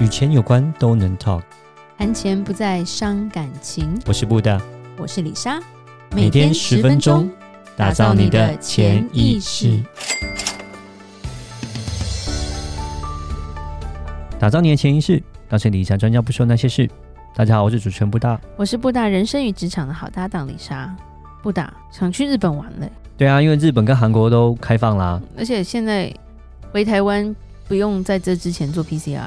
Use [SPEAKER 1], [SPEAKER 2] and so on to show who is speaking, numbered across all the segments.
[SPEAKER 1] 与钱有关都能 talk。
[SPEAKER 2] 谈钱不再伤感情。
[SPEAKER 1] 我是布大，
[SPEAKER 2] 我是李莎，
[SPEAKER 1] 每天十分钟，打造你的潜意识。，打造你的潜意识，告诉你理财专家不说那些事。大家好，我是主持人布大。
[SPEAKER 2] 我是布达人生与职场的好搭档李莎。布达想去日本玩了，
[SPEAKER 1] 对啊，因为日本跟韩国都开放啦，
[SPEAKER 2] 而且现在回台湾不用在这之前做 PCR，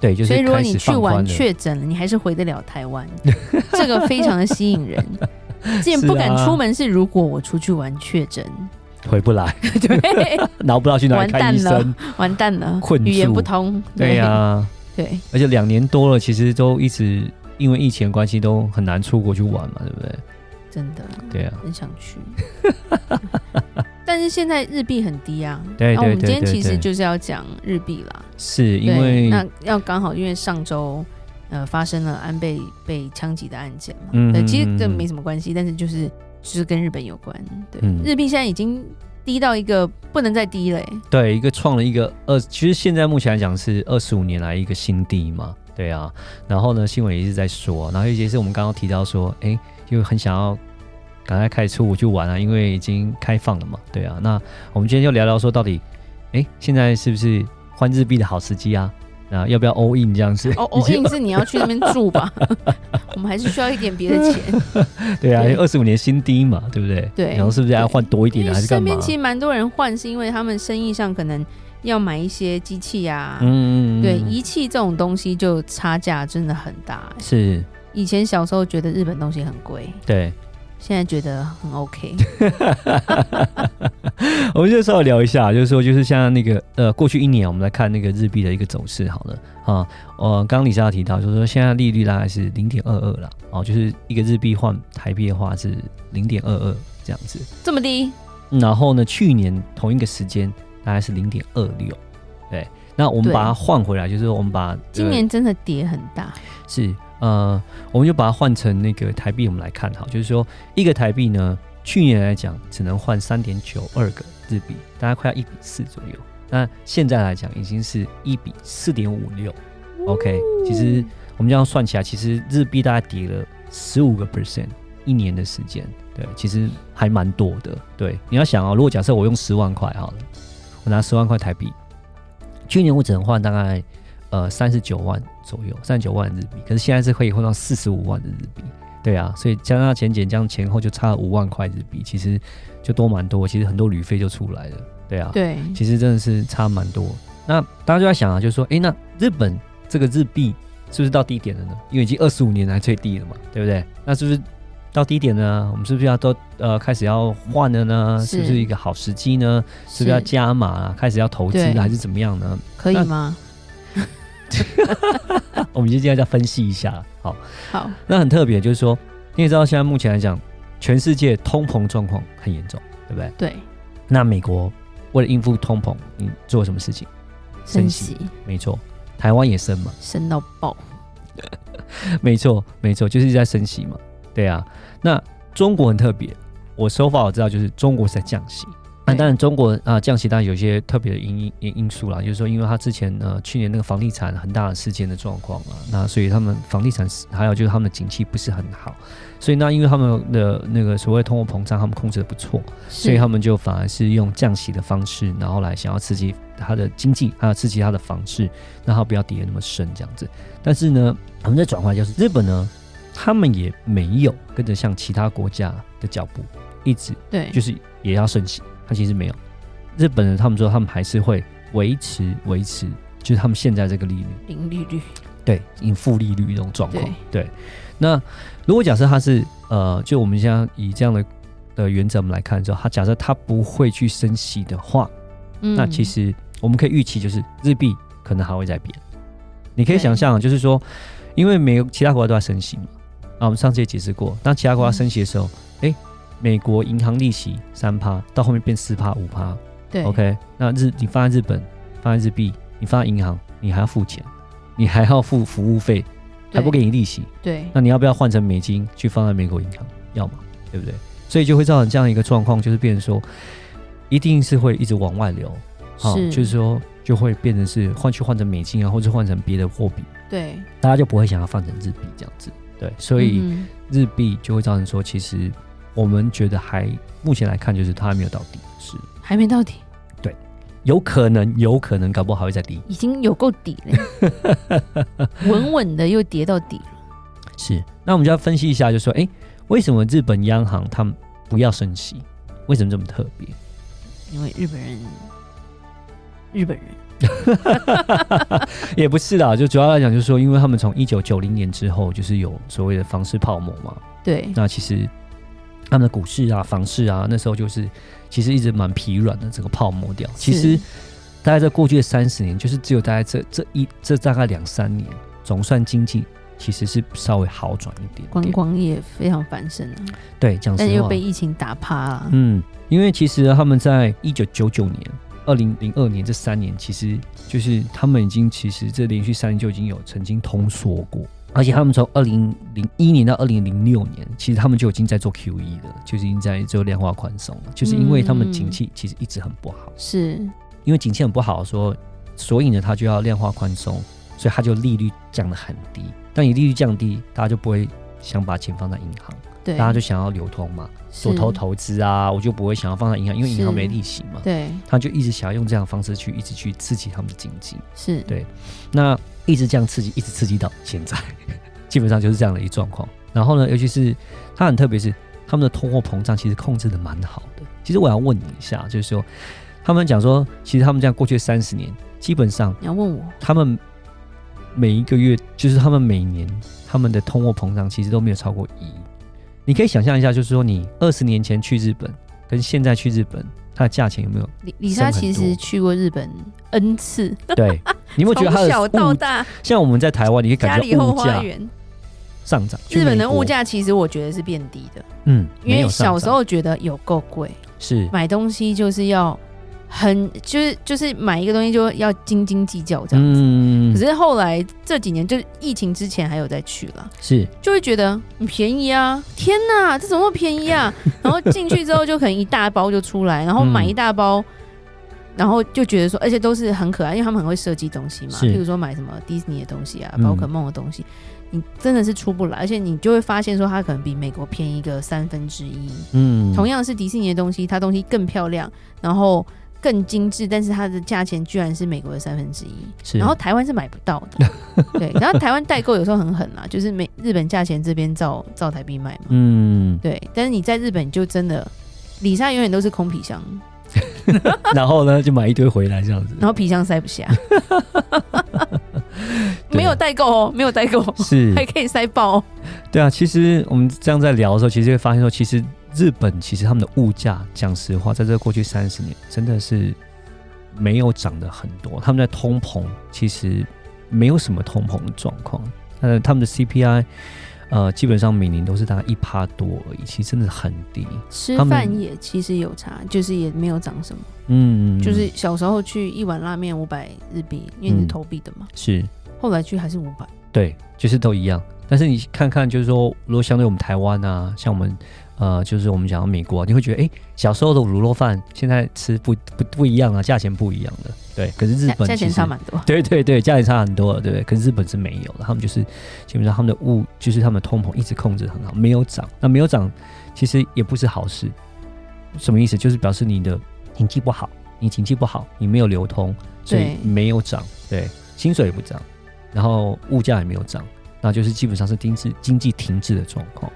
[SPEAKER 1] 对，就是
[SPEAKER 2] 所以如果
[SPEAKER 1] 开
[SPEAKER 2] 你
[SPEAKER 1] 始
[SPEAKER 2] 去
[SPEAKER 1] 放宽
[SPEAKER 2] 玩
[SPEAKER 1] 了。
[SPEAKER 2] 确诊了，你还是回得了 台湾，这个非常的吸引人。之前不敢
[SPEAKER 1] 是啊
[SPEAKER 2] 出门是如果我出去玩确诊，
[SPEAKER 1] 回不来，
[SPEAKER 2] 对，
[SPEAKER 1] 然后不知道去哪
[SPEAKER 2] 完
[SPEAKER 1] 里看
[SPEAKER 2] 蛋
[SPEAKER 1] 医
[SPEAKER 2] 了
[SPEAKER 1] 生。
[SPEAKER 2] 完蛋了，
[SPEAKER 1] 困住
[SPEAKER 2] 语言不通。
[SPEAKER 1] 对呀、
[SPEAKER 2] 对，
[SPEAKER 1] 而且两年多了，其实都一直因为疫情的关系都很难出国去玩嘛，对不对？
[SPEAKER 2] 真的
[SPEAKER 1] 对啊，
[SPEAKER 2] 很想去。 但是现在日币很低啊，
[SPEAKER 1] 对
[SPEAKER 2] 那我
[SPEAKER 1] 对
[SPEAKER 2] 们今
[SPEAKER 1] 对
[SPEAKER 2] 天
[SPEAKER 1] 对
[SPEAKER 2] 其实
[SPEAKER 1] 对，
[SPEAKER 2] 就是要讲日币啦，
[SPEAKER 1] 是因
[SPEAKER 2] 对
[SPEAKER 1] 为
[SPEAKER 2] 那要刚好因为上周呃发生了安倍被枪击的案件嘛，
[SPEAKER 1] 嗯
[SPEAKER 2] 对，
[SPEAKER 1] 嗯
[SPEAKER 2] 其实
[SPEAKER 1] 嗯
[SPEAKER 2] 这
[SPEAKER 1] 嗯
[SPEAKER 2] 没什么关系，但是就是就是跟日本有关，对，
[SPEAKER 1] 嗯
[SPEAKER 2] 日币现在已经低到一个不能再低了、 欸，
[SPEAKER 1] 对，一个创了一个二，其实现在目前来讲是二十五年来一个新低嘛，对啊。然后呢，新闻也一直在说，然后尤其是我们刚刚提到说，哎，就很想要赶快开始出国去玩啊，因为已经开放了嘛，对啊。那我们今天就聊聊说，到底，哎，现在是不是换日币的好时机啊？那要不要 all in 这样子？
[SPEAKER 2] 哦，哦，硬是你要去那边住吧， 我们还是需要一点别的钱，
[SPEAKER 1] 对啊，
[SPEAKER 2] 对
[SPEAKER 1] 二十五年新低嘛，对不对？
[SPEAKER 2] 对
[SPEAKER 1] 然后是不是要换多一点
[SPEAKER 2] 因
[SPEAKER 1] 的，
[SPEAKER 2] 为
[SPEAKER 1] 还是干
[SPEAKER 2] 身
[SPEAKER 1] 嘛
[SPEAKER 2] 边？其实蛮多人换，是因为他们生意上可能要买一些机器啊，
[SPEAKER 1] 嗯
[SPEAKER 2] 对，仪器这种东西就差价真的很大、欸
[SPEAKER 1] 是，
[SPEAKER 2] 以前小时候觉得日本东西很贵，
[SPEAKER 1] 对。
[SPEAKER 2] 现在觉得 很 OK。
[SPEAKER 1] 我们就稍微聊一下，就是说，就是像那个呃，过去一年我们来看那个日币的一个走势，好了啊，呃，刚刚李莎提到，就是说现在利率大概是零点二二了，哦、就是一个日币换台币的话是零点二二这样子，
[SPEAKER 2] 这么低，
[SPEAKER 1] 然后呢，去年同一个时间大概是零点二六，对，那我们
[SPEAKER 2] 对
[SPEAKER 1] 把它换回来，就是我们把
[SPEAKER 2] 今
[SPEAKER 1] 呃
[SPEAKER 2] 年真的跌很大。
[SPEAKER 1] 是呃，我们就把它换成那个台币，我们来看好，就是说一个台币呢，去年来讲只能换三点九二个日币，大概快要一比四左右。那现在来讲已经是一比四点五六，OK，其
[SPEAKER 2] 哦
[SPEAKER 1] 实我们这样算起来，其实日币大概跌了十五个 percent 一年的时间，对，其实还蛮多的。对，你要想啊、如果假设我用十万块好了，我拿十万块台币，去年我只能换大概呃三十九万左右，三十九万日币，可是现在是可以换到四十五万的日币。对啊，所以加上钱减，这样前后就差了五万块日币，其实就多蛮多，其实很多旅费就出来了。对啊，
[SPEAKER 2] 对，
[SPEAKER 1] 其实真的是差蛮多。那大家就在想啊，就是说，诶，那日本这个日币是不是到低点了呢？因为已经二十五年来最低了嘛，对不对？那是不是到低点呢？我们是不是要都呃开始要换了呢？
[SPEAKER 2] 是
[SPEAKER 1] 是不是一个好时机呢？是不是要加码啊？开始要投资
[SPEAKER 2] 对
[SPEAKER 1] 还是怎么样呢？
[SPEAKER 2] 可以吗？
[SPEAKER 1] 我们就今天再分析一下。好，
[SPEAKER 2] 好，
[SPEAKER 1] 那很特别，就是说，你也知道现在目前来讲，全世界通膨状况很严重，对不对？
[SPEAKER 2] 对，
[SPEAKER 1] 那美国为了应付通膨，你做了什么事情？
[SPEAKER 2] 升
[SPEAKER 1] 升
[SPEAKER 2] 息
[SPEAKER 1] 息没错，台湾也升嘛。
[SPEAKER 2] 升到爆，
[SPEAKER 1] 没错，没错，就是一直在升息嘛。对啊，那中国很特别，我手法我知道，就是中国是在降息。那、
[SPEAKER 2] 对
[SPEAKER 1] 当然，中国啊、降息当然有一些特别的因因因因素啦，就是说，因为它之前呃去年那个房地产很大的事件的状况啊，那所以他们房地产是还有就是他们的景气不是很好，所以那因为他们的那个所谓通货膨胀，他们控制的不错，所以
[SPEAKER 2] 是
[SPEAKER 1] 他们就反而是用降息的方式，然后来想要刺激它的经济，还有刺激它的房市，让它不要跌得那么深这样子。但是呢，我们再转换一下，就是日本呢，他们也没有跟着像其他国家的脚步，一直
[SPEAKER 2] 对，
[SPEAKER 1] 就是也要升息，它其实没有。日本人他们说他们还是会维持维持，就是他们现在这个利率，
[SPEAKER 2] 零利率，
[SPEAKER 1] 对，以负利率这种状况。
[SPEAKER 2] 对
[SPEAKER 1] 对，那如果假设它是呃，就我们现在以这样的的原则我们来看的时候，它假设它不会去升息的话，
[SPEAKER 2] 嗯
[SPEAKER 1] 那其实我们可以预期就是日币可能还会再贬。你可以
[SPEAKER 2] 对
[SPEAKER 1] 想象，啊就是说，因为美其他国家都在升息嘛，啊，我们上次也解释过，当其他
[SPEAKER 2] 嗯
[SPEAKER 1] 国家升息的时候，哎、美国银行利息三趴，到后面变四趴五趴
[SPEAKER 2] 对
[SPEAKER 1] ，OK，那日你放在日本，放在日币，你放在银行，你还要付钱，你还要付服务费，还不给你利息，
[SPEAKER 2] 对
[SPEAKER 1] 那你要不要换成美金去放在美国银行？要嘛，对不对？所以就会造成这样一个状况，就是变成说，一定是会一直往外流，
[SPEAKER 2] 是
[SPEAKER 1] 就是说就会变成是换去换成美金啊，或者换成别的货币，
[SPEAKER 2] 对，
[SPEAKER 1] 大家就不会想要放成日币这样子。对，所以
[SPEAKER 2] 嗯
[SPEAKER 1] 日币就会造成说，其实我们觉得还目前来看，就是它还没有到底，是
[SPEAKER 2] 哼还没到底，
[SPEAKER 1] 有可能，有可能搞不好会再低。
[SPEAKER 2] 已经有够底了， 稳稳的又跌到底了。
[SPEAKER 1] 是，那我们就要分析一下，就说，哎、为什么日本央行他们不要升息？为什么这么特别？
[SPEAKER 2] 因为日本人，日本人，
[SPEAKER 1] 也不是啦，就主要来讲，就是说，因为他们从一九九零年之后，就是有所谓的房市泡沫嘛。
[SPEAKER 2] 对，
[SPEAKER 1] 那其实他们的股市啊、房市啊，那时候就是其实一直蛮疲软的，整个泡沫掉。其实
[SPEAKER 2] 是
[SPEAKER 1] 大概在过去的三十年，就是只有大概这这一这大概两三年，总算经济其实是稍微好转一点
[SPEAKER 2] 观
[SPEAKER 1] 点。
[SPEAKER 2] 光业非常繁盛啊，
[SPEAKER 1] 对，讲
[SPEAKER 2] 但
[SPEAKER 1] 实
[SPEAKER 2] 又
[SPEAKER 1] 话
[SPEAKER 2] 被，疫情打趴啊了。
[SPEAKER 1] 嗯，因为其实他们在一九九九年、二零零二年这三年，其实就是他们已经其实这连续三年就已经有曾经通缩过，而且他们从二零零一年到二零零六年，其实他们就已经在做 QE 了，就是已经在做量化宽松了，就是因为他们景气其实一直很不好，
[SPEAKER 2] 是，
[SPEAKER 1] 因为景气很不好说，所以呢，它就要量化宽松，所以它就利率降得很低。但你利率降低，大家就不会想把钱放在银行，
[SPEAKER 2] 对，
[SPEAKER 1] 大家就想要流通嘛。
[SPEAKER 2] 是
[SPEAKER 1] 做投，投资啊，我就不会想要放在银行，因为银行
[SPEAKER 2] 是
[SPEAKER 1] 没利息嘛。
[SPEAKER 2] 对，
[SPEAKER 1] 他就一直想要用这样的方式去一直去刺激他们的经济，
[SPEAKER 2] 是，
[SPEAKER 1] 对那一直这样刺激，一直刺激到现在， 基本上就是这样的一状况。然后呢，尤其是它很特别是他们的通货膨胀其实控制的蛮好的。其实我要问你一下，就是说他们讲说，其实他们这样过去三十年，基本上
[SPEAKER 2] 你要问我，
[SPEAKER 1] 他们每一个月，就是他们每年他们的通货膨胀其实都没有超过一。你可以想象一下，就是说你二十年前去日本跟现在去日本，它的价钱有 没有？
[SPEAKER 2] 李李莎
[SPEAKER 1] 剩很
[SPEAKER 2] 其
[SPEAKER 1] 多
[SPEAKER 2] 实去过日本 N 次，
[SPEAKER 1] 对，你有没有觉得它
[SPEAKER 2] 从
[SPEAKER 1] 的
[SPEAKER 2] 小到
[SPEAKER 1] 物？
[SPEAKER 2] 大，
[SPEAKER 1] 像我们在台湾，你可以
[SPEAKER 2] 家
[SPEAKER 1] 感
[SPEAKER 2] 里
[SPEAKER 1] 觉
[SPEAKER 2] 后
[SPEAKER 1] 物
[SPEAKER 2] 花
[SPEAKER 1] 价
[SPEAKER 2] 园，
[SPEAKER 1] 上涨。去
[SPEAKER 2] 日本的
[SPEAKER 1] 美国
[SPEAKER 2] 物，价其实我觉得是变低的，
[SPEAKER 1] 嗯，
[SPEAKER 2] 因
[SPEAKER 1] 没
[SPEAKER 2] 为
[SPEAKER 1] 有上
[SPEAKER 2] 小时
[SPEAKER 1] 涨
[SPEAKER 2] 候觉得有够贵，
[SPEAKER 1] 是
[SPEAKER 2] 买东西就是要很，就是就是买一个东西就要斤斤计较这样子。
[SPEAKER 1] 嗯
[SPEAKER 2] 可是后来这几年，就是疫情之前还有再去了，
[SPEAKER 1] 是
[SPEAKER 2] 就会觉得很便宜啊！天哪，这怎么那么便 宜啊？然后进去之后就可能一大包就出来，然后买一大包，
[SPEAKER 1] 嗯
[SPEAKER 2] 然后就觉得说，而且都是很可爱，因为他们很会设计东西嘛，
[SPEAKER 1] 是
[SPEAKER 2] 譬如说买什么迪士尼的东西啊、
[SPEAKER 1] 嗯
[SPEAKER 2] 宝可梦的东西，你真的是出不来，而且你就会发现说，它可能比美国便宜个三分之一。
[SPEAKER 1] 嗯，
[SPEAKER 2] 同样是迪士尼的东西，它东西更漂亮，然后更精致，但是它的价钱居然是美国的三分之一。
[SPEAKER 1] 是，
[SPEAKER 2] 然后台湾是买不到 的，对。然后台湾代购有时候很狠啦，就是美日本价钱这边照照台币卖嘛，
[SPEAKER 1] 嗯，
[SPEAKER 2] 对。但是你在日本就真的，李莎永远都是空皮箱，
[SPEAKER 1] 然后呢就买一堆回来这样子，
[SPEAKER 2] 然后皮箱塞不 下，
[SPEAKER 1] 对
[SPEAKER 2] 没有代购哦，没有代购哦，
[SPEAKER 1] 是
[SPEAKER 2] 还可以塞爆、哦，
[SPEAKER 1] 对啊，其实我们这样在聊的时候，其实会发现说，其实日本其实他们的物价，讲实话，在这过去三十年真的是没有涨得很多，他们在通膨其实没有什么通膨的状况，呃，他们的 CPI。呃，基本上每年都是大概一趴多而已，其实真的很低。
[SPEAKER 2] 吃
[SPEAKER 1] 他们
[SPEAKER 2] 饭也其实有差，就是也没有涨什么，
[SPEAKER 1] 嗯，
[SPEAKER 2] 就是小时候去一碗拉面五百日币，因为你是投币的嘛，
[SPEAKER 1] 是，
[SPEAKER 2] 后来去还是五百，
[SPEAKER 1] 对，就是都一样。但是你看看，就是说，如果相对我们台湾啊，像我们呃，就是我们讲到美国啊、你会觉得，哎，小时候的卤肉饭现在吃不不不一样啊，价钱不一样了。对，可是日
[SPEAKER 2] 价
[SPEAKER 1] 本
[SPEAKER 2] 价钱
[SPEAKER 1] 其实
[SPEAKER 2] 差蛮多，
[SPEAKER 1] 对对对，价钱差很多了，对不对？可是日本是没有的，他们就是基本上他们的物就是他们的通膨一直控制得很好，没有涨。那没有涨，其实也不是好事。什么意思？就是表示你的经济不好，你经济不好，你没有流通，所以
[SPEAKER 2] 对
[SPEAKER 1] 没有涨，对，薪水也不涨，然后物价也没有涨，那就是基本上是经济经济停滞的状况。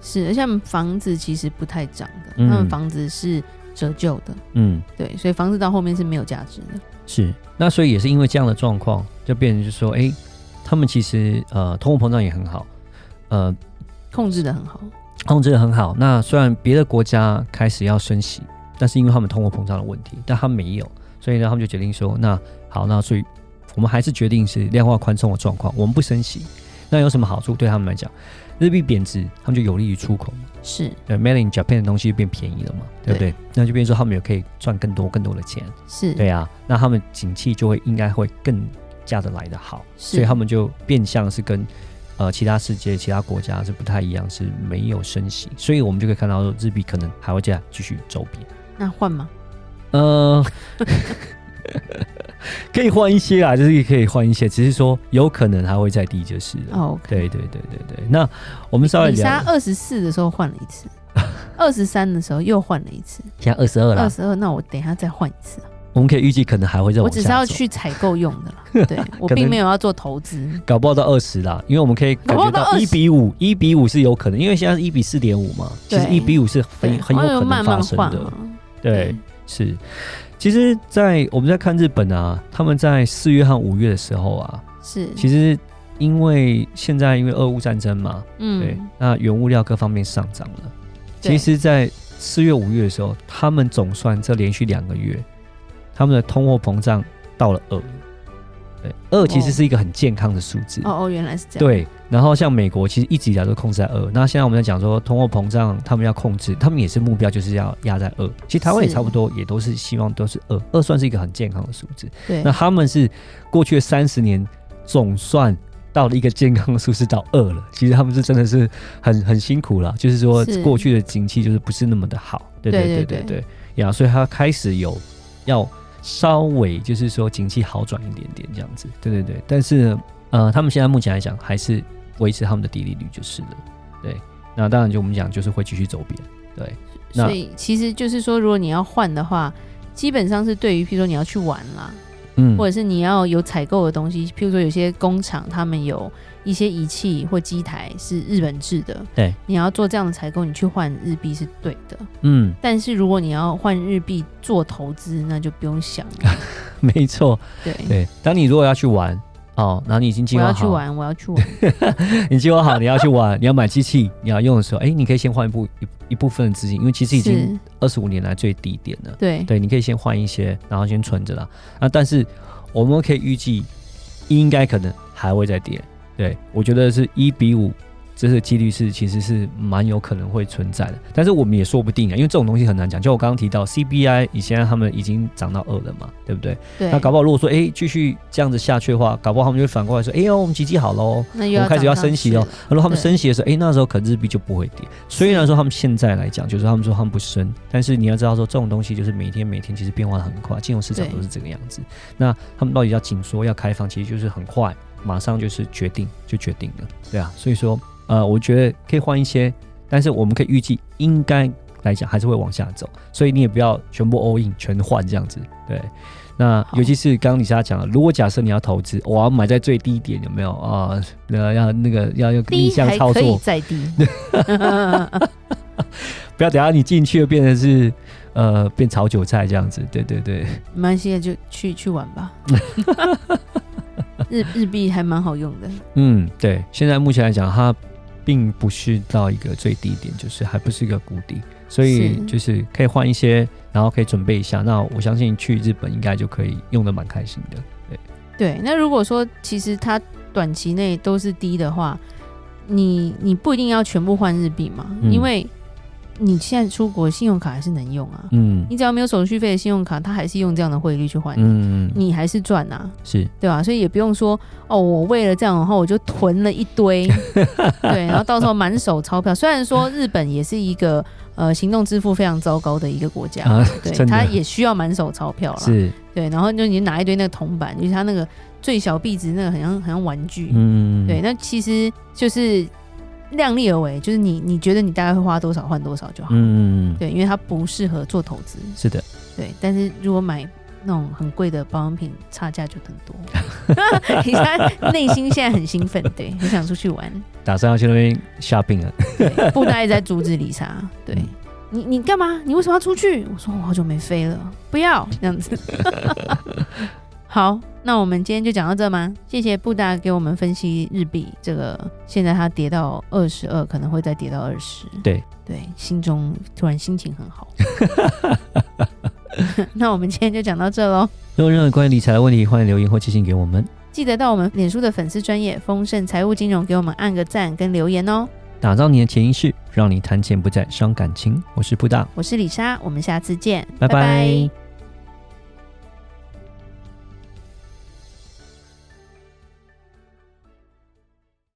[SPEAKER 2] 是，而且他们房子其实不太涨的，
[SPEAKER 1] 嗯
[SPEAKER 2] 他们房子是折旧的，
[SPEAKER 1] 嗯，
[SPEAKER 2] 对，所以房子到后面是没有价值的。
[SPEAKER 1] 是，那所以也是因为这样的状况，就变成就是说，哎，他们其实呃通货膨胀也很好，呃
[SPEAKER 2] 控制的很好，
[SPEAKER 1] 控制的很好。那虽然别的国家开始要升息，但是因为他们通货膨胀的问题，但他们没有，所以呢，他们就决定说，那好，那所以我们还是决定是量化宽松的状况，我们不升息。那有什么好处对他们来讲？日币贬值，他们就有利于出口嘛。
[SPEAKER 2] 是
[SPEAKER 1] 对，Made in Japan 的东西变便宜了嘛，对不对？那就变成说他们也可以赚更多更多的钱。
[SPEAKER 2] 是，
[SPEAKER 1] 对啊，那他们景气就会应该会更加的来的好。
[SPEAKER 2] 是
[SPEAKER 1] 所以他们就变相是跟呃其他世界、其他国家是不太一样，是没有升息，所以我们就可以看到说日币可能还会再继续走贬。
[SPEAKER 2] 那换吗？
[SPEAKER 1] 呃， 可以换一些啦，就是可以换一些，只是说有可能还会再低就是了。
[SPEAKER 2] 哦，
[SPEAKER 1] 对对对对对，那我们稍微
[SPEAKER 2] 李莎
[SPEAKER 1] 聊，
[SPEAKER 2] 二十四的时候换了一次，二十三的时候又换了一次，
[SPEAKER 1] 现在二十二
[SPEAKER 2] 二
[SPEAKER 1] 啦，
[SPEAKER 2] 十二那我等一下再换一次。
[SPEAKER 1] 我们可以预计可能还会再
[SPEAKER 2] 我
[SPEAKER 1] 往下
[SPEAKER 2] 只
[SPEAKER 1] 走，
[SPEAKER 2] 是要去采购用 的啦，对我
[SPEAKER 1] 可能
[SPEAKER 2] 并没有要做投资。
[SPEAKER 1] 搞不好到二十啦，因为我们可以感觉
[SPEAKER 2] 搞不好
[SPEAKER 1] 到
[SPEAKER 2] 到
[SPEAKER 1] 一比五，一比五是有可能，因为现在是一比四点五嘛，其实
[SPEAKER 2] 对
[SPEAKER 1] 一比五是很
[SPEAKER 2] 对
[SPEAKER 1] 很有
[SPEAKER 2] 我
[SPEAKER 1] 可能
[SPEAKER 2] 慢慢
[SPEAKER 1] 发生
[SPEAKER 2] 换
[SPEAKER 1] 的。
[SPEAKER 2] 嘛。
[SPEAKER 1] 对
[SPEAKER 2] 嗯，
[SPEAKER 1] 是。其实在，我们在看日本啊，他们在四月和五月的时候啊，
[SPEAKER 2] 是，
[SPEAKER 1] 其实因为现在因为俄乌战争嘛，对，
[SPEAKER 2] 嗯，
[SPEAKER 1] 那原物料各方面上涨了。其
[SPEAKER 2] 对
[SPEAKER 1] 实，在四月、五月的时候，他们总算这连续两个月，他们的通货膨胀到了二。对，二其实
[SPEAKER 2] 哦
[SPEAKER 1] 是一个很健康的数字。
[SPEAKER 2] 哦哦，原来是这样。
[SPEAKER 1] 对，然后像美国其实一直以来都控制在二，那现在我们在讲说通货膨胀，他们要控制，他们也是目标就是要压在二。其实台湾也
[SPEAKER 2] 是
[SPEAKER 1] 差不多，也都是希望都是二，二算是一个很健康的数字。
[SPEAKER 2] 对
[SPEAKER 1] 那他们是过去三十年总算到了一个健康的数字到二了，其实他们是真的是很很辛苦了，就是说
[SPEAKER 2] 是
[SPEAKER 1] 过去的景气就是不是那么的好，对对
[SPEAKER 2] 对
[SPEAKER 1] 对
[SPEAKER 2] 对
[SPEAKER 1] 对对呀，所以他开始有要稍微就是说景气好转一点点这样子，对对对，但是呢呃，他们现在目前来讲还是维持他们的低利率就是了，对，那当然就我们讲就是会继续走贬，那
[SPEAKER 2] 所以其实就是说，如果你要换的话，基本上是对于，譬如说你要去玩啦，
[SPEAKER 1] 嗯
[SPEAKER 2] 或者是你要有采购的东西，譬如说有些工厂他们有一些仪器或机台是日本制的，
[SPEAKER 1] 对，
[SPEAKER 2] 你要做这样的采购，你去换日币是对的。
[SPEAKER 1] 嗯，
[SPEAKER 2] 但是如果你要换日币做投资，那就不用想 了。
[SPEAKER 1] 没错，
[SPEAKER 2] 对，
[SPEAKER 1] 对，当你如果要去玩。哦，然后你已经计
[SPEAKER 2] 我
[SPEAKER 1] 划
[SPEAKER 2] 要去
[SPEAKER 1] 好，
[SPEAKER 2] 玩，我要 去玩。
[SPEAKER 1] 你计划好你要去玩，你要买机器，你要用的时候，哎、你可以先换一部一一部分的资金，因为其实已经
[SPEAKER 2] 是，
[SPEAKER 1] 二十五年来最低点了。
[SPEAKER 2] 对，
[SPEAKER 1] 对，你可以先换一些，然后先存着啦。啊，但是我们可以预计，应该可能还会再跌。对我觉得是一比五，这个几率是其实是蛮有可能会存在的。但是我们也说不定啊，因为这种东西很难讲。就我刚刚提到 CBI，以现在他们已经涨到二了嘛，对不对？
[SPEAKER 2] 对，
[SPEAKER 1] 那搞不好如果说哎继续这样子下去的话，搞不好他们就会反过来说，哎呦，我们经济好喽。
[SPEAKER 2] 那又
[SPEAKER 1] 我们开始
[SPEAKER 2] 涨
[SPEAKER 1] 要
[SPEAKER 2] 上
[SPEAKER 1] 升息
[SPEAKER 2] 去
[SPEAKER 1] 哦
[SPEAKER 2] 了。
[SPEAKER 1] 如果他们
[SPEAKER 2] 对
[SPEAKER 1] 升息的时候，哎、那时候可能日币就不会跌。虽然说他们现在来讲，就是他们说他们不升，但是你要知道说这种东西就是每天每天其实变化得很快，金融市场
[SPEAKER 2] 对
[SPEAKER 1] 都是这个样子。那他们到底要紧缩要开放，其实就是很快，马上就是决定就决定了，对啊。所以说，呃，我觉得可以换一些，但是我们可以预计应该来讲还是会往下走，所以你也不要全部 all in 全换这样子，对。那
[SPEAKER 2] 好
[SPEAKER 1] 尤其是刚刚李莎讲了，如果假设你要投资，我要买在最低点，有没有啊？那要那个要要逆
[SPEAKER 2] 低
[SPEAKER 1] 向
[SPEAKER 2] 还
[SPEAKER 1] 操
[SPEAKER 2] 可以
[SPEAKER 1] 作，
[SPEAKER 2] 再低，
[SPEAKER 1] 不要等下你进去了变成是呃变炒韭菜这样子，对对对，
[SPEAKER 2] 没关系，就去去玩吧。 日日币还蛮好用的，
[SPEAKER 1] 嗯，对。现在目前来讲，它并不是到一个最低点，就是还不是一个谷底，所以
[SPEAKER 2] 是
[SPEAKER 1] 就是可以换一些，然后可以准备一下。那我相信去日本应该就可以用的蛮开心的。
[SPEAKER 2] 对。那如果说其实它短期内都是低的话，你你不一定要全部换日币嘛，
[SPEAKER 1] 嗯
[SPEAKER 2] 因为你现在出国信用卡还是能用啊，
[SPEAKER 1] 嗯
[SPEAKER 2] 你只要没有手续费的信用卡，它还是用这样的汇率去换，
[SPEAKER 1] 嗯，
[SPEAKER 2] 你还是赚啊。
[SPEAKER 1] 是
[SPEAKER 2] 对吧、所以也不用说哦，我为了这样，然后我就囤了一 堆，对，然后到时候满手钞票。虽然说日本也是一个呃行动支付非常糟糕的一个国家，
[SPEAKER 1] 啊，
[SPEAKER 2] 对，啊
[SPEAKER 1] 真
[SPEAKER 2] 它
[SPEAKER 1] 的
[SPEAKER 2] 也需要满手钞票啦，
[SPEAKER 1] 是
[SPEAKER 2] 对，然后就你拿一堆那个铜板，就是它那个最小币值那个很像很像玩具，
[SPEAKER 1] 嗯
[SPEAKER 2] 对，那其实就是量力而为，就是你你觉得你大概会花多少换多少就好，
[SPEAKER 1] 嗯
[SPEAKER 2] 对，因为它不适合做投资，
[SPEAKER 1] 是的。
[SPEAKER 2] 对，但是如果买那种很贵的保养品，差价就更多。 你看，内心现在很兴奋，对，很想出去玩。
[SPEAKER 1] 打算要去那边 shopping 啊了。
[SPEAKER 2] 对，布袋在阻止丽莎，对。
[SPEAKER 1] 嗯
[SPEAKER 2] 你你干嘛？你为什么要出去？我说我好久没飞了，不要这样子。 好，那我们今天就讲到这吗？谢谢布大给我们分析日币这个，现在它跌到二十二，可能会再跌到二十。
[SPEAKER 1] 对
[SPEAKER 2] 对，心中突然心情很好。 那我们今天就讲到这喽。
[SPEAKER 1] 如果有任何关于理财的问题，欢迎留言或寄信给我们。
[SPEAKER 2] 记得到我们脸书的粉丝专业丰盛财务金融给我们按个赞跟留言哦。
[SPEAKER 1] 打造你的潜意识，让你谈钱不再伤感情。我是布大，
[SPEAKER 2] 我是李莎，我们下次见，
[SPEAKER 1] 拜拜